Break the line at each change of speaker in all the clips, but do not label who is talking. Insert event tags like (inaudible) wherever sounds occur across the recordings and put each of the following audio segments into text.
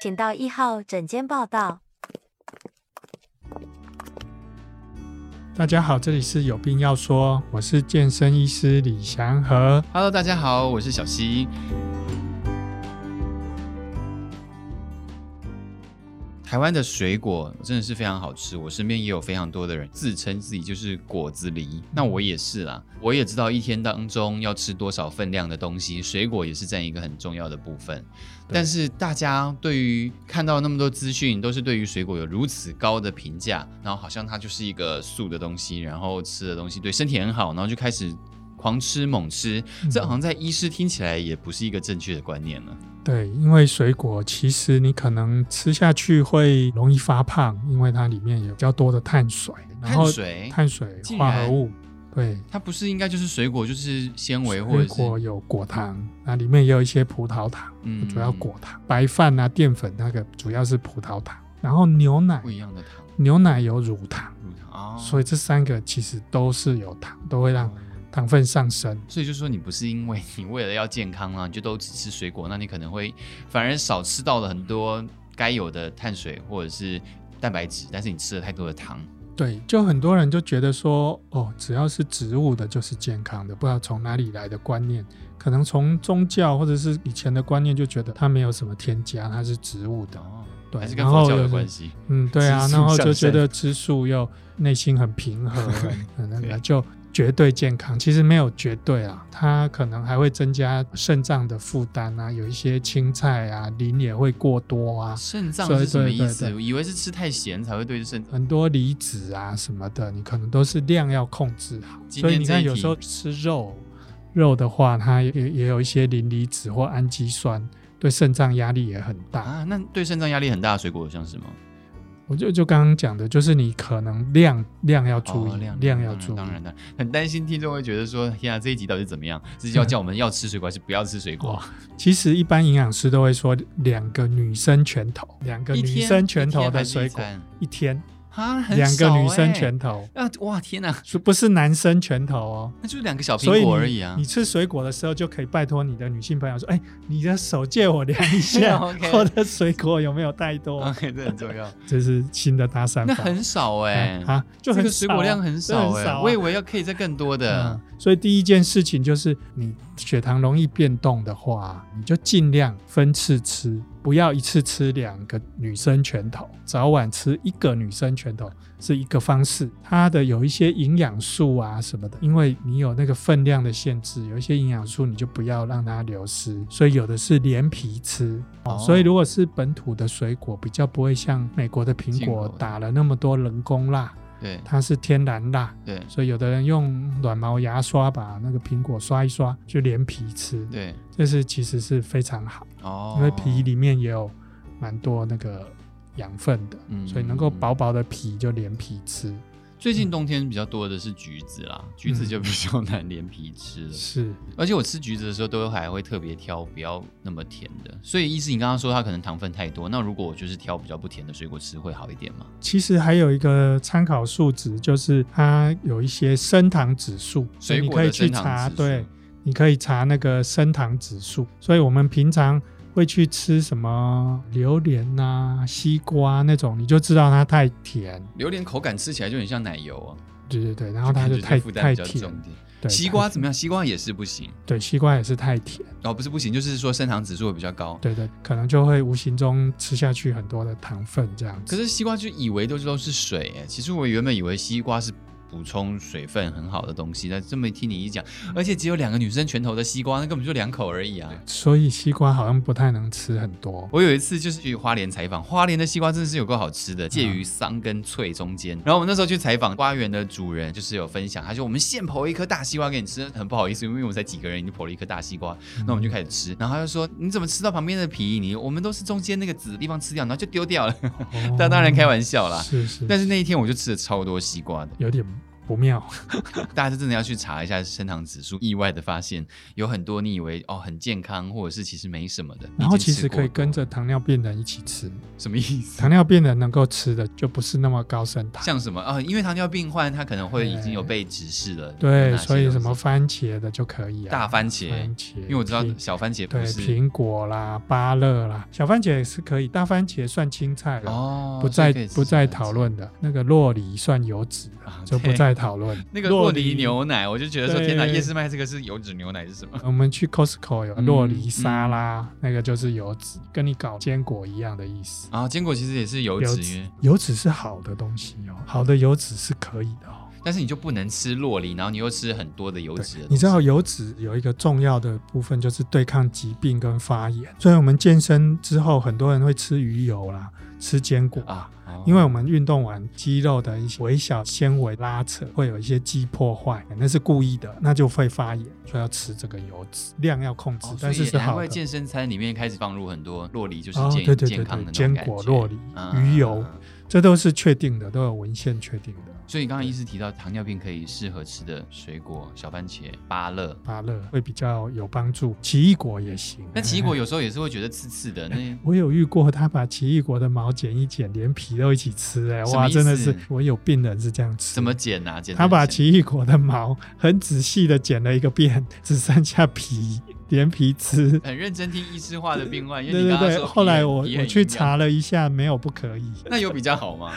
请到一号诊间报到。
大家好，这里是有病要说，我是健身医师李祥和。
Hello，大家好，我是小溪。台湾的水果真的是非常好吃，我身边也有非常多的人自称自己就是果子狸，那我也是啦，我也知道一天当中要吃多少分量的东西，水果也是占一个很重要的部分。但是大家对于看到那么多资讯，都是对于水果有如此高的评价，然后好像它就是一个素的东西，然后吃的东西对身体很好，然后就开始狂吃猛吃，
嗯
这好像在医师听起来也不是一个正确的观念了。
对，因为水果其实你可能吃下去会容易发胖，因为它里面有比较多的碳水，然后
碳水，
碳水
竟
化合
然
物，对，
它不是应该就是水果，就是纤维或
水
者
果
是
有果糖，那里面也有一些葡萄糖，
嗯
主要果糖，白饭啊淀粉那个主要是葡萄糖，然后牛奶
不，一样的糖，
牛奶有乳糖，
乳糖嗯哦，
所以这三个其实都是有糖，都会让
哦
糖分上升。
所以就说你不是因为 (laughs) 你为了要健康啊，你就都只吃水果，那你可能会反而少吃到了很多该有的碳水或者是蛋白质，但是你吃了太多的糖，
对，就很多人就觉得说，哦，只要是植物的，就是健康的，不知道从哪里来的观念，可能从宗教或者是以前的观念就觉得它没有什么添加，它是植物的，
哦，
对
还是，跟
然后
佛教有
是
关系， (laughs)
嗯，对啊，
吃素
然后
上
就觉
身
得吃素又内心很平
(laughs)
和，很那个
对
就绝对健康。其实没有绝对啊，它可能还会增加肾脏的负担啊，有一些青菜啊，磷也会过多啊，
肾脏
对
是什么
对
意
对
思？
对
我以为是吃太咸才会对肾脏。
很多离子啊什么的，你可能都是量要控制好。
今
所以
天
你
这
看，
一
有
题
时候吃肉，肉的话，它也也有一些磷离子或氨基酸，对肾脏压力也很大。
啊，那对肾脏压力很大的水果有像什么？
我就就刚刚讲的，就是你可能量量要注意，
哦量
量
当
要
然
注意
当。然的，很担心听众会觉得说，天啊，这一集到底怎么样？是要叫我们要吃水果，还是不要吃水果
哦？其实一般营养师都会说两个女生拳头，两个
一
女
天
生拳
一天
头的
还是
水
一
果
餐
一天，
啊，很
两个
少
女生
欸
拳头，
啊，哇，天哪、
是不是男生拳头哦？
那就是两个小
所
苹
以
果
你
而已啊
你。吃水果的时候就可以拜托你的女性朋友说：“哎，你的手借我量一
(laughs)
下，
哦 OK
(laughs) 我的水果有没有带多
(laughs) OK，这很重要。？”
这是新的搭讪
那
法
很少哎、
啊，就
这
很
个水果量很
少啊
少
这
哎、
很少啊
我以为要可以再更多的
嗯。，所以第一件事情就是，你血糖容易变动的话，你就尽量分次吃，不要一次吃两个女生拳头，早晚吃一个女生拳头是一个方式。它的有一些营养素啊什么的，因为你有那个分量的限制，有一些营养素你就不要让它流失。所以有的是连皮吃，哦
哦
所以如果是本土的水果，比较不会像美国的苹
进
果
口的
打了那么多人工蜡，
对
它是天然蜡。
对
所以有的人用软毛牙刷把那个苹果刷一刷，就连皮吃，
对，
这是其实是非常好，
哦，
因为皮里面也有蛮多那个养分的，
嗯
所以能够薄薄的皮就连皮吃。
最近冬天比较多的是橘子啦，橘子就比较难连皮吃了。
嗯是，
而且我吃橘子的时候都还会特别挑不要那么甜的。所以意思你刚刚说它可能糖分太多，那如果我就是挑比较不甜的水果吃会好一点吗？
其实还有一个参考数值，就是它有一些升糖指数，所以
水
你
果
可以
的
去
升糖
查，
指数
对，你可以查那个升糖指数。所以我们平常会去吃什么榴莲呐、西瓜啊那种，你就知道它太甜。
榴莲口感吃起来就很像奶油啊，
对对对，然后它
感
就
觉
太
负担
太
比较
甜
重，一点。
对
西
太
瓜怎么样？西瓜也是不行
对西瓜也是太甜，
哦，不是不行，就是说升糖指数会比较高。
对对，可能就会无形中吃下去很多的糖分这样子。
可是西瓜就以为都是都是水哎，其实我原本以为西瓜是补充水分很好的东西，但这么听你一讲，而且只有两个女生拳头的西瓜，那根本就两口而已啊。
所以西瓜好像不太能吃很多，
我有一次就是去花莲采访，花莲的西瓜真的是有够好吃的，介于桑跟脆中间。然后我们那时候去采访花园的主人，就是有分享，他说我们现刨一颗大西瓜给你吃，很不好意思，因为我们才几个人，已经刨了一颗大西瓜，
嗯
那我们就开始吃。然后他就说你怎么吃到旁边的皮？你我们都是中间那个籽的地方吃掉，然后就丢掉了。
哦
但当然开玩笑啦。
是是，
但
是
是那一天我就吃了超多西瓜的，
有点不妙。
大家真的要去查一下升糖指数，意外的发现有很多你以为哦很健康，或者是其实没什么的，
然后
已经
其
吃
实可以
过
跟着糖尿病人一起吃，
什么意思？
糖尿病人能够吃的就不是那么高升糖。
像什么啊、因为糖尿病患他可能会已经有被指示了，有
对，
哪些
所以
东
什
西
么番茄的就可以啊，
大番茄
番茄，
因为我知道
苹
小番茄不
对
是
苹果啦、芭乐啦，小番茄也是可以，大番茄算青菜了，
哦，
不
所
再
以可以吃
不再
小番茄
讨论的。那个洛梨算油脂了，
啊
就不
对
再讨论。
那个洛梨
梨
牛奶，我就觉得说
对
天哪，夜市卖这个是油脂牛奶是什
(laughs)
么？
我们去 Costco 有
嗯
洛梨沙拉，那个就是油脂，跟你搞坚果一样的意思。
啊，坚果其实也是油
油
脂，因
脂
为
油脂是好的东西哦，好的油脂是可以的哦。
但是你就不能吃洛梨，然后你又吃很多的油
对
脂的东西，
你知道油脂有一个重要的部分就是对抗疾病跟发炎，所以我们健身之后，很多人会吃鱼油啦，吃坚果
啊，哦
因为我们运动完肌肉的一些微小纤维拉扯，会有一些肌破坏，那是故意的，那就会发炎，所以要吃这个油脂量要控制，
哦
但是
所以
是
也难
好
怪
的。
健身餐里面开始放入很多洛梨，就是
哦
健、
对对
健
对
康
对
的，那
坚
种感
果、
觉
洛梨、鱼油，
嗯
这都是确定的，都有文献确定的。
所以刚刚医师提到糖尿病可以适合吃的水果，小番茄、芭乐。
芭乐会比较有帮助，奇异果也行。
但奇异果
哎
有时候也是会觉得刺刺的，
(laughs)
那
我有遇过，他把奇异果的毛剪一剪，连皮都一起吃、哎，
什么
哇，
意
真的
思
是，我有病人是这样吃。
怎么剪啊？剪
他把
成
奇异果的毛很仔细的剪了一个遍，只剩下皮，连皮吃。
很认真听医师话的病患，因
对
为你
对
刚刚
对，
说
后来我
皮很
我去，查 (laughs) 了一下，没有不可以， (laughs)
皮很营养那有比较好吗？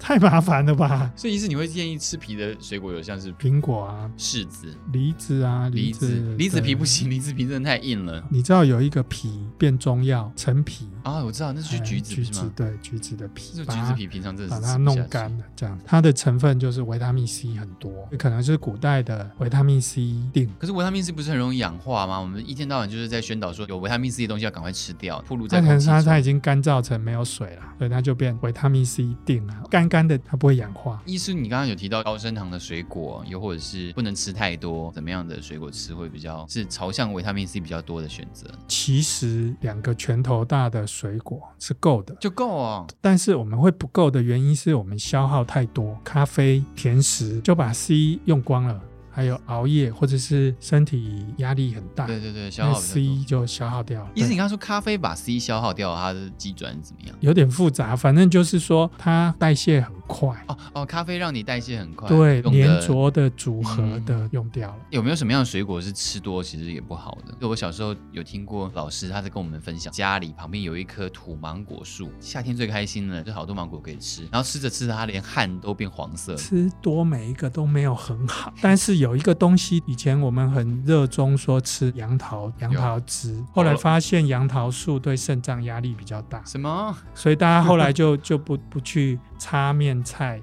太麻烦了吧？
所以医师你会建议吃皮的水果有像是
苹果啊，
柿子、
梨子啊，
梨
子
子，，梨子皮不
对。
行，梨子皮真的太硬了
你知道有一个皮变中药陈皮，
啊！我知道那是
哎
橘子
橘
是
子
吗？
对橘子的
就
皮，把
橘子
它
皮平常真的
把
是吃
它
不
弄
下去
干了，这样它的成分就是维他命 C 很多，可能是古代的维他命 C 定。
可是维他命 C 不是很容易氧化吗？我们一天到晚就是在宣导说有维他命 C 的东西要赶快吃掉，暴露
它
在
可
空
能
气
是它它
中。
已经干燥成没有水了，所以它就变维他命 C 定了，干干的它不会氧化。
医师，你刚刚有提到高升糖的水果，又或者是不能吃太多，怎么样的水果吃会比较是朝向维他命 C 比较多的选择
其实两个拳头大的水果是够的，
就够哦。
但是我们会不够的原因是我们消耗太多，咖啡、甜食就把 C 用光了，还有熬夜或者是身体压力很大，
对对对，消
那
耗比较多。
啊 C 就消耗掉了。
医师，
对
你刚刚说咖啡把 C 消耗掉，它的机转怎么样？
有点复杂，反正就是说它代谢很快，
哦哦，咖啡让你代谢很快，
对
用
粘
的
着的组合
嗯
的用掉了。
有没有什么样的水果是吃多其实也不好的？就我小时候有听过老师他在跟我们分享，家里旁边有一棵土芒果树，夏天最开心了，就好多芒果可以吃。然后吃着吃着，它连汗都变黄色了。
吃多每一个都没有很好，但是有一个东西，以前我们很热衷说吃杨桃，杨桃汁，后来发现杨桃素对肾脏压力比较大，
什么？
所以大家后来就 (laughs) 就不不去擦面菜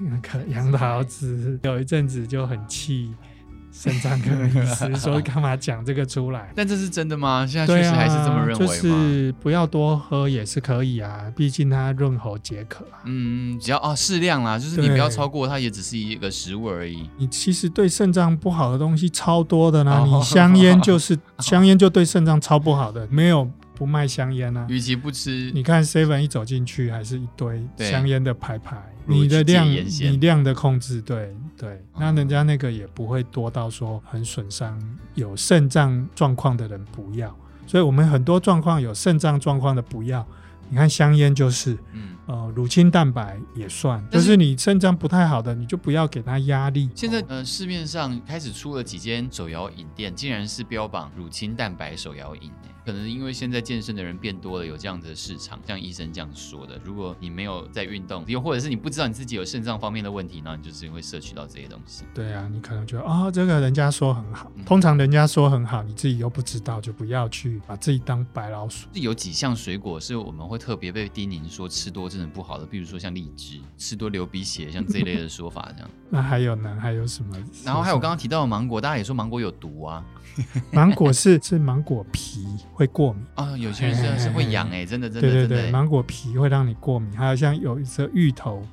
那个杨桃
(laughs)
汁，有一阵子就很气肾脏科医师说干嘛讲这个出
(laughs)
来。
但这是真的吗？现在
对
确实
啊，
还是这么认为
就
吗？
是不要多喝也是可以啊，毕竟它润喉解渴啊。
嗯，只要啊、适量啦，就是你不要
对
超过，它也只是一个食物而已。
你其实对肾脏不好的东西超多的
(laughs)
啦，
哦
你香烟就是 (laughs) 香烟就对肾脏超不好的，没有不卖香烟啊。
与其不吃，
你看 Seven 一走进去还是一堆
对
香烟的牌牌，
如
你的
去戒
量
烟先
你量的控制，对对，那
嗯
人家那个也不会多到说很损伤，有肾脏状况的人不要，所以我们很多状况有肾脏状况的不要，你看香烟就是，
嗯，
呃，乳清蛋白也算，就
但
是是你肾脏不太好的，你就不要给它压力。
现在呃市面上开始出了几间手摇饮店，竟然是标榜乳清蛋白手摇饮、欸、可能因为现在健身的人变多了，有这样子的市场，像医生这样说的，如果你没有在运动，又或者是你不知道你自己有肾脏方面的问题，那你就是会摄取到这些东西。
对啊，你可能觉得哦，这个人家说很好
嗯，
通常人家说很好，你自己又不知道，就不要去把自己当白老鼠。
有几项水果是我们会特别被叮咛说吃多真的不好的，比如说像荔枝，吃多流鼻血，像这一类的说法
(laughs)
这样。
那还有呢？还有什么？
然后还有刚刚提到的芒果，大家也说芒果有毒啊
(laughs) 芒果是是芒果皮会过敏，
啊，有些人真的是会痒哎、真的真
对
的
对
真的、
对，
欸。 (laughs)
芒果皮会让你过敏。还有像有一些芋头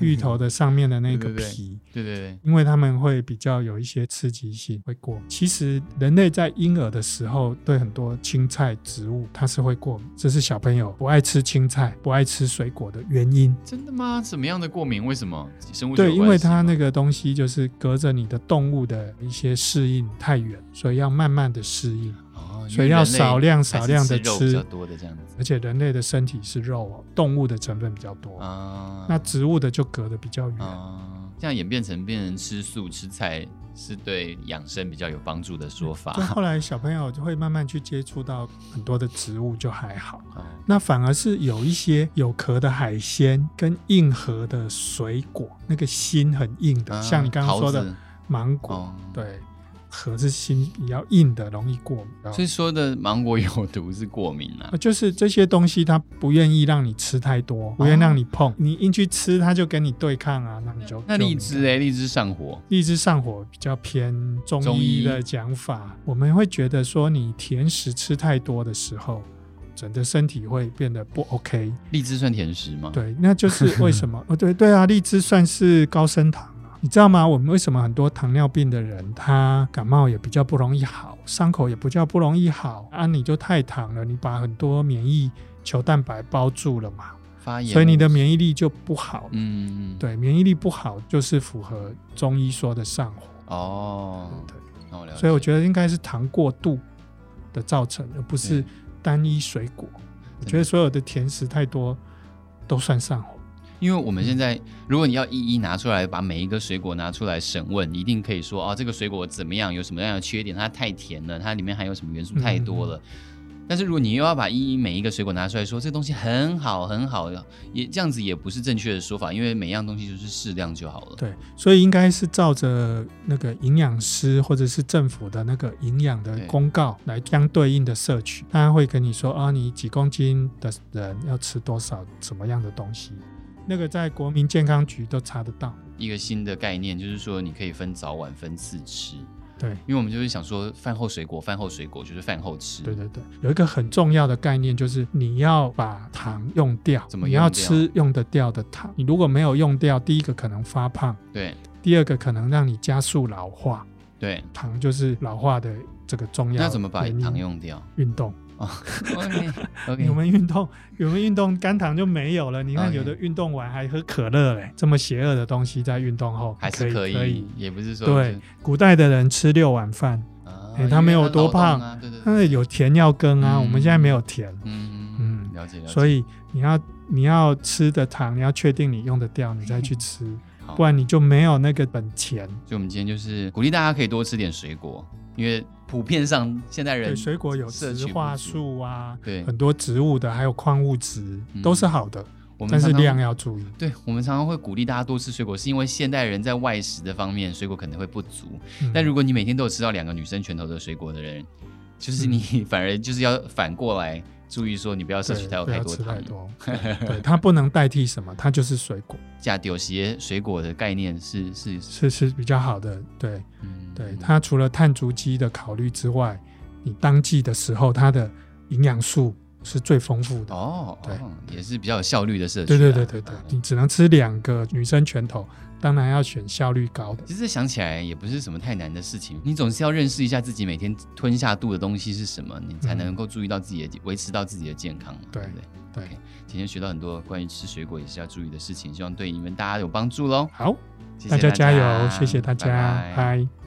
芋头的上面的那个
对对对
皮。
对对对，
因为他们会比较有一些刺激性，会过敏。其实人类在婴儿的时候，对很多青菜植物它是会过敏，这是小朋友不爱吃青菜、不爱吃水果的原因。
真的吗？怎么样的过敏？为什么？生物学
对，
有
因为
关系
它
吗
那个东西就是隔着你的动物的一些适应太远，所以要慢慢的适应，
哦，因
所以
为
要
人类
少量
还
少
是
量
吃
的
肉比较多的这样子
而且人类的身体是肉哦，动物的成分比较多，
啊。
那植物的就隔得比较远。
啊，这样演变成变成吃素吃菜是对养生比较有帮助的说法
就。后来小朋友就会慢慢去接触到很多的植物，就还好。
哦
那反而是有一些有壳的海鲜跟硬核的水果，那个心很硬的，
啊
像你刚刚说
桃
的
子
芒果，
哦，
对，核是心比较硬的，容易过敏。然后
所以说的芒果有毒是过敏啊
呃。就是这些东西，它不愿意让你吃太多，不愿意让你碰，你硬去吃，它就跟你对抗啊，那你就
那
就
荔
敏
枝
感
哎，荔枝上火
荔枝上火比较偏中
中
医
医
的讲法，我们会觉得说，你甜食吃太多的时候，整个身体会变得不 OK。
荔枝算甜食吗？，
对，那就是为什
(laughs)
么？哦，对对啊，荔枝算是高升糖啊。你知道吗？我们为什么很多糖尿病的人，他感冒也比较不容易好，伤口也比较不容易好啊？你就太糖了，你把很多免疫球蛋白包住了嘛，
发炎。
所以你的免疫力就不好。
哎嗯，嗯，嗯
对，免疫力不好就是符合中医说的上火。
哦，
对，
那我了解。
所以我觉得应该是糖过度的造成，而不是
嗯
单一水果。我觉得所有的甜食太多都算上火。
因为我
嗯
们现在，如果你要一一拿出来，把每一个水果拿出来审问，你一定可以说啊，这个水果怎么样，有什么样的缺点，它太甜了，它里面含有什么元素太多了。
嗯
但是如果你又要把一一每一个水果拿出来说，这东西很好很好，也这样子也不是正确的说法，因为每样东西就是适量就好了。
对，所以应该是照着那个营养师或者是政府的那个营养的
对
公告来相对应的摄取，他会跟你说啊，你几公斤的人要吃多少什么样的东西，那个在国民健康局都查得到。
一个新的概念就是说，你可以分早晚分次吃，
对，
因为我们就是想说饭后水果，饭后水果就是饭后吃。
对对对，有一个很重要的概念就是你要把糖用掉，
怎么
你
用
要
掉
吃用得掉的糖。你如果没有用掉，第一个可能发胖，
对
第二个可能让你加速老化。
对，
糖就是老化的这个重要。
那怎么把糖？
(laughs)
用掉哦
运动，
？OK OK，
我们运动，我们运动肝糖就没有了。你看，
OK
有的运动完还喝可乐嘞，这么邪恶的东西在运动后
还是
可
可以，
以。可以
也不是说
对，古代的人吃六碗饭，
啊
哎他没有多胖，
因为他劳动啊对对
但
对，
是有甜要跟啊，
嗯
我们现在没有甜。
嗯
嗯
嗯，了解了解，
所以你要你要吃的糖，你要确定你用得掉，你再去吃，
嗯好
不然你就没有那个本钱。
所以我们今天就是鼓励大家可以多吃点水果，因为普遍上现代人
对，水果有
摄
植
取不足
化，素啊，
对
很多植物的，还有矿物质
嗯
都是好的，
我们
但是
常常
量。要注意。
对我们常常会鼓励大家多吃水果，是因为现代人在外食的方面，水果可能会不足。
嗯
但如果你每天都有吃到两个女生拳头的水果的人，就是
嗯
你反而就是要反过来注意说，你不要摄取太
对
有
不
太
要
多
吃
糖
太。多，
(laughs)
对它不能代替什么，它就是水果，
加丢些水果的概念是是，
是是比较好的。对
嗯，
对，它除了碳足迹的考虑之外，你当季的时候，它的营养素是最丰富的。
哦，
对
哦也是比较有效率的摄取。
对对对对对
嗯，
你只能吃两个女生拳头，当然要选效率高的。
其实想起来也不是什么太难的事情，你总是要认识一下自己每天吞下肚的东西是什么，你才能够注意到自己的、维持到自己的健康嘛，
对
不对？
对
OK，今天学到很多关于吃水果也是要注意的事情，希望对你们大家有帮助喽。
好，
谢谢
大家加油，谢谢大
拜
家，
拜
拜。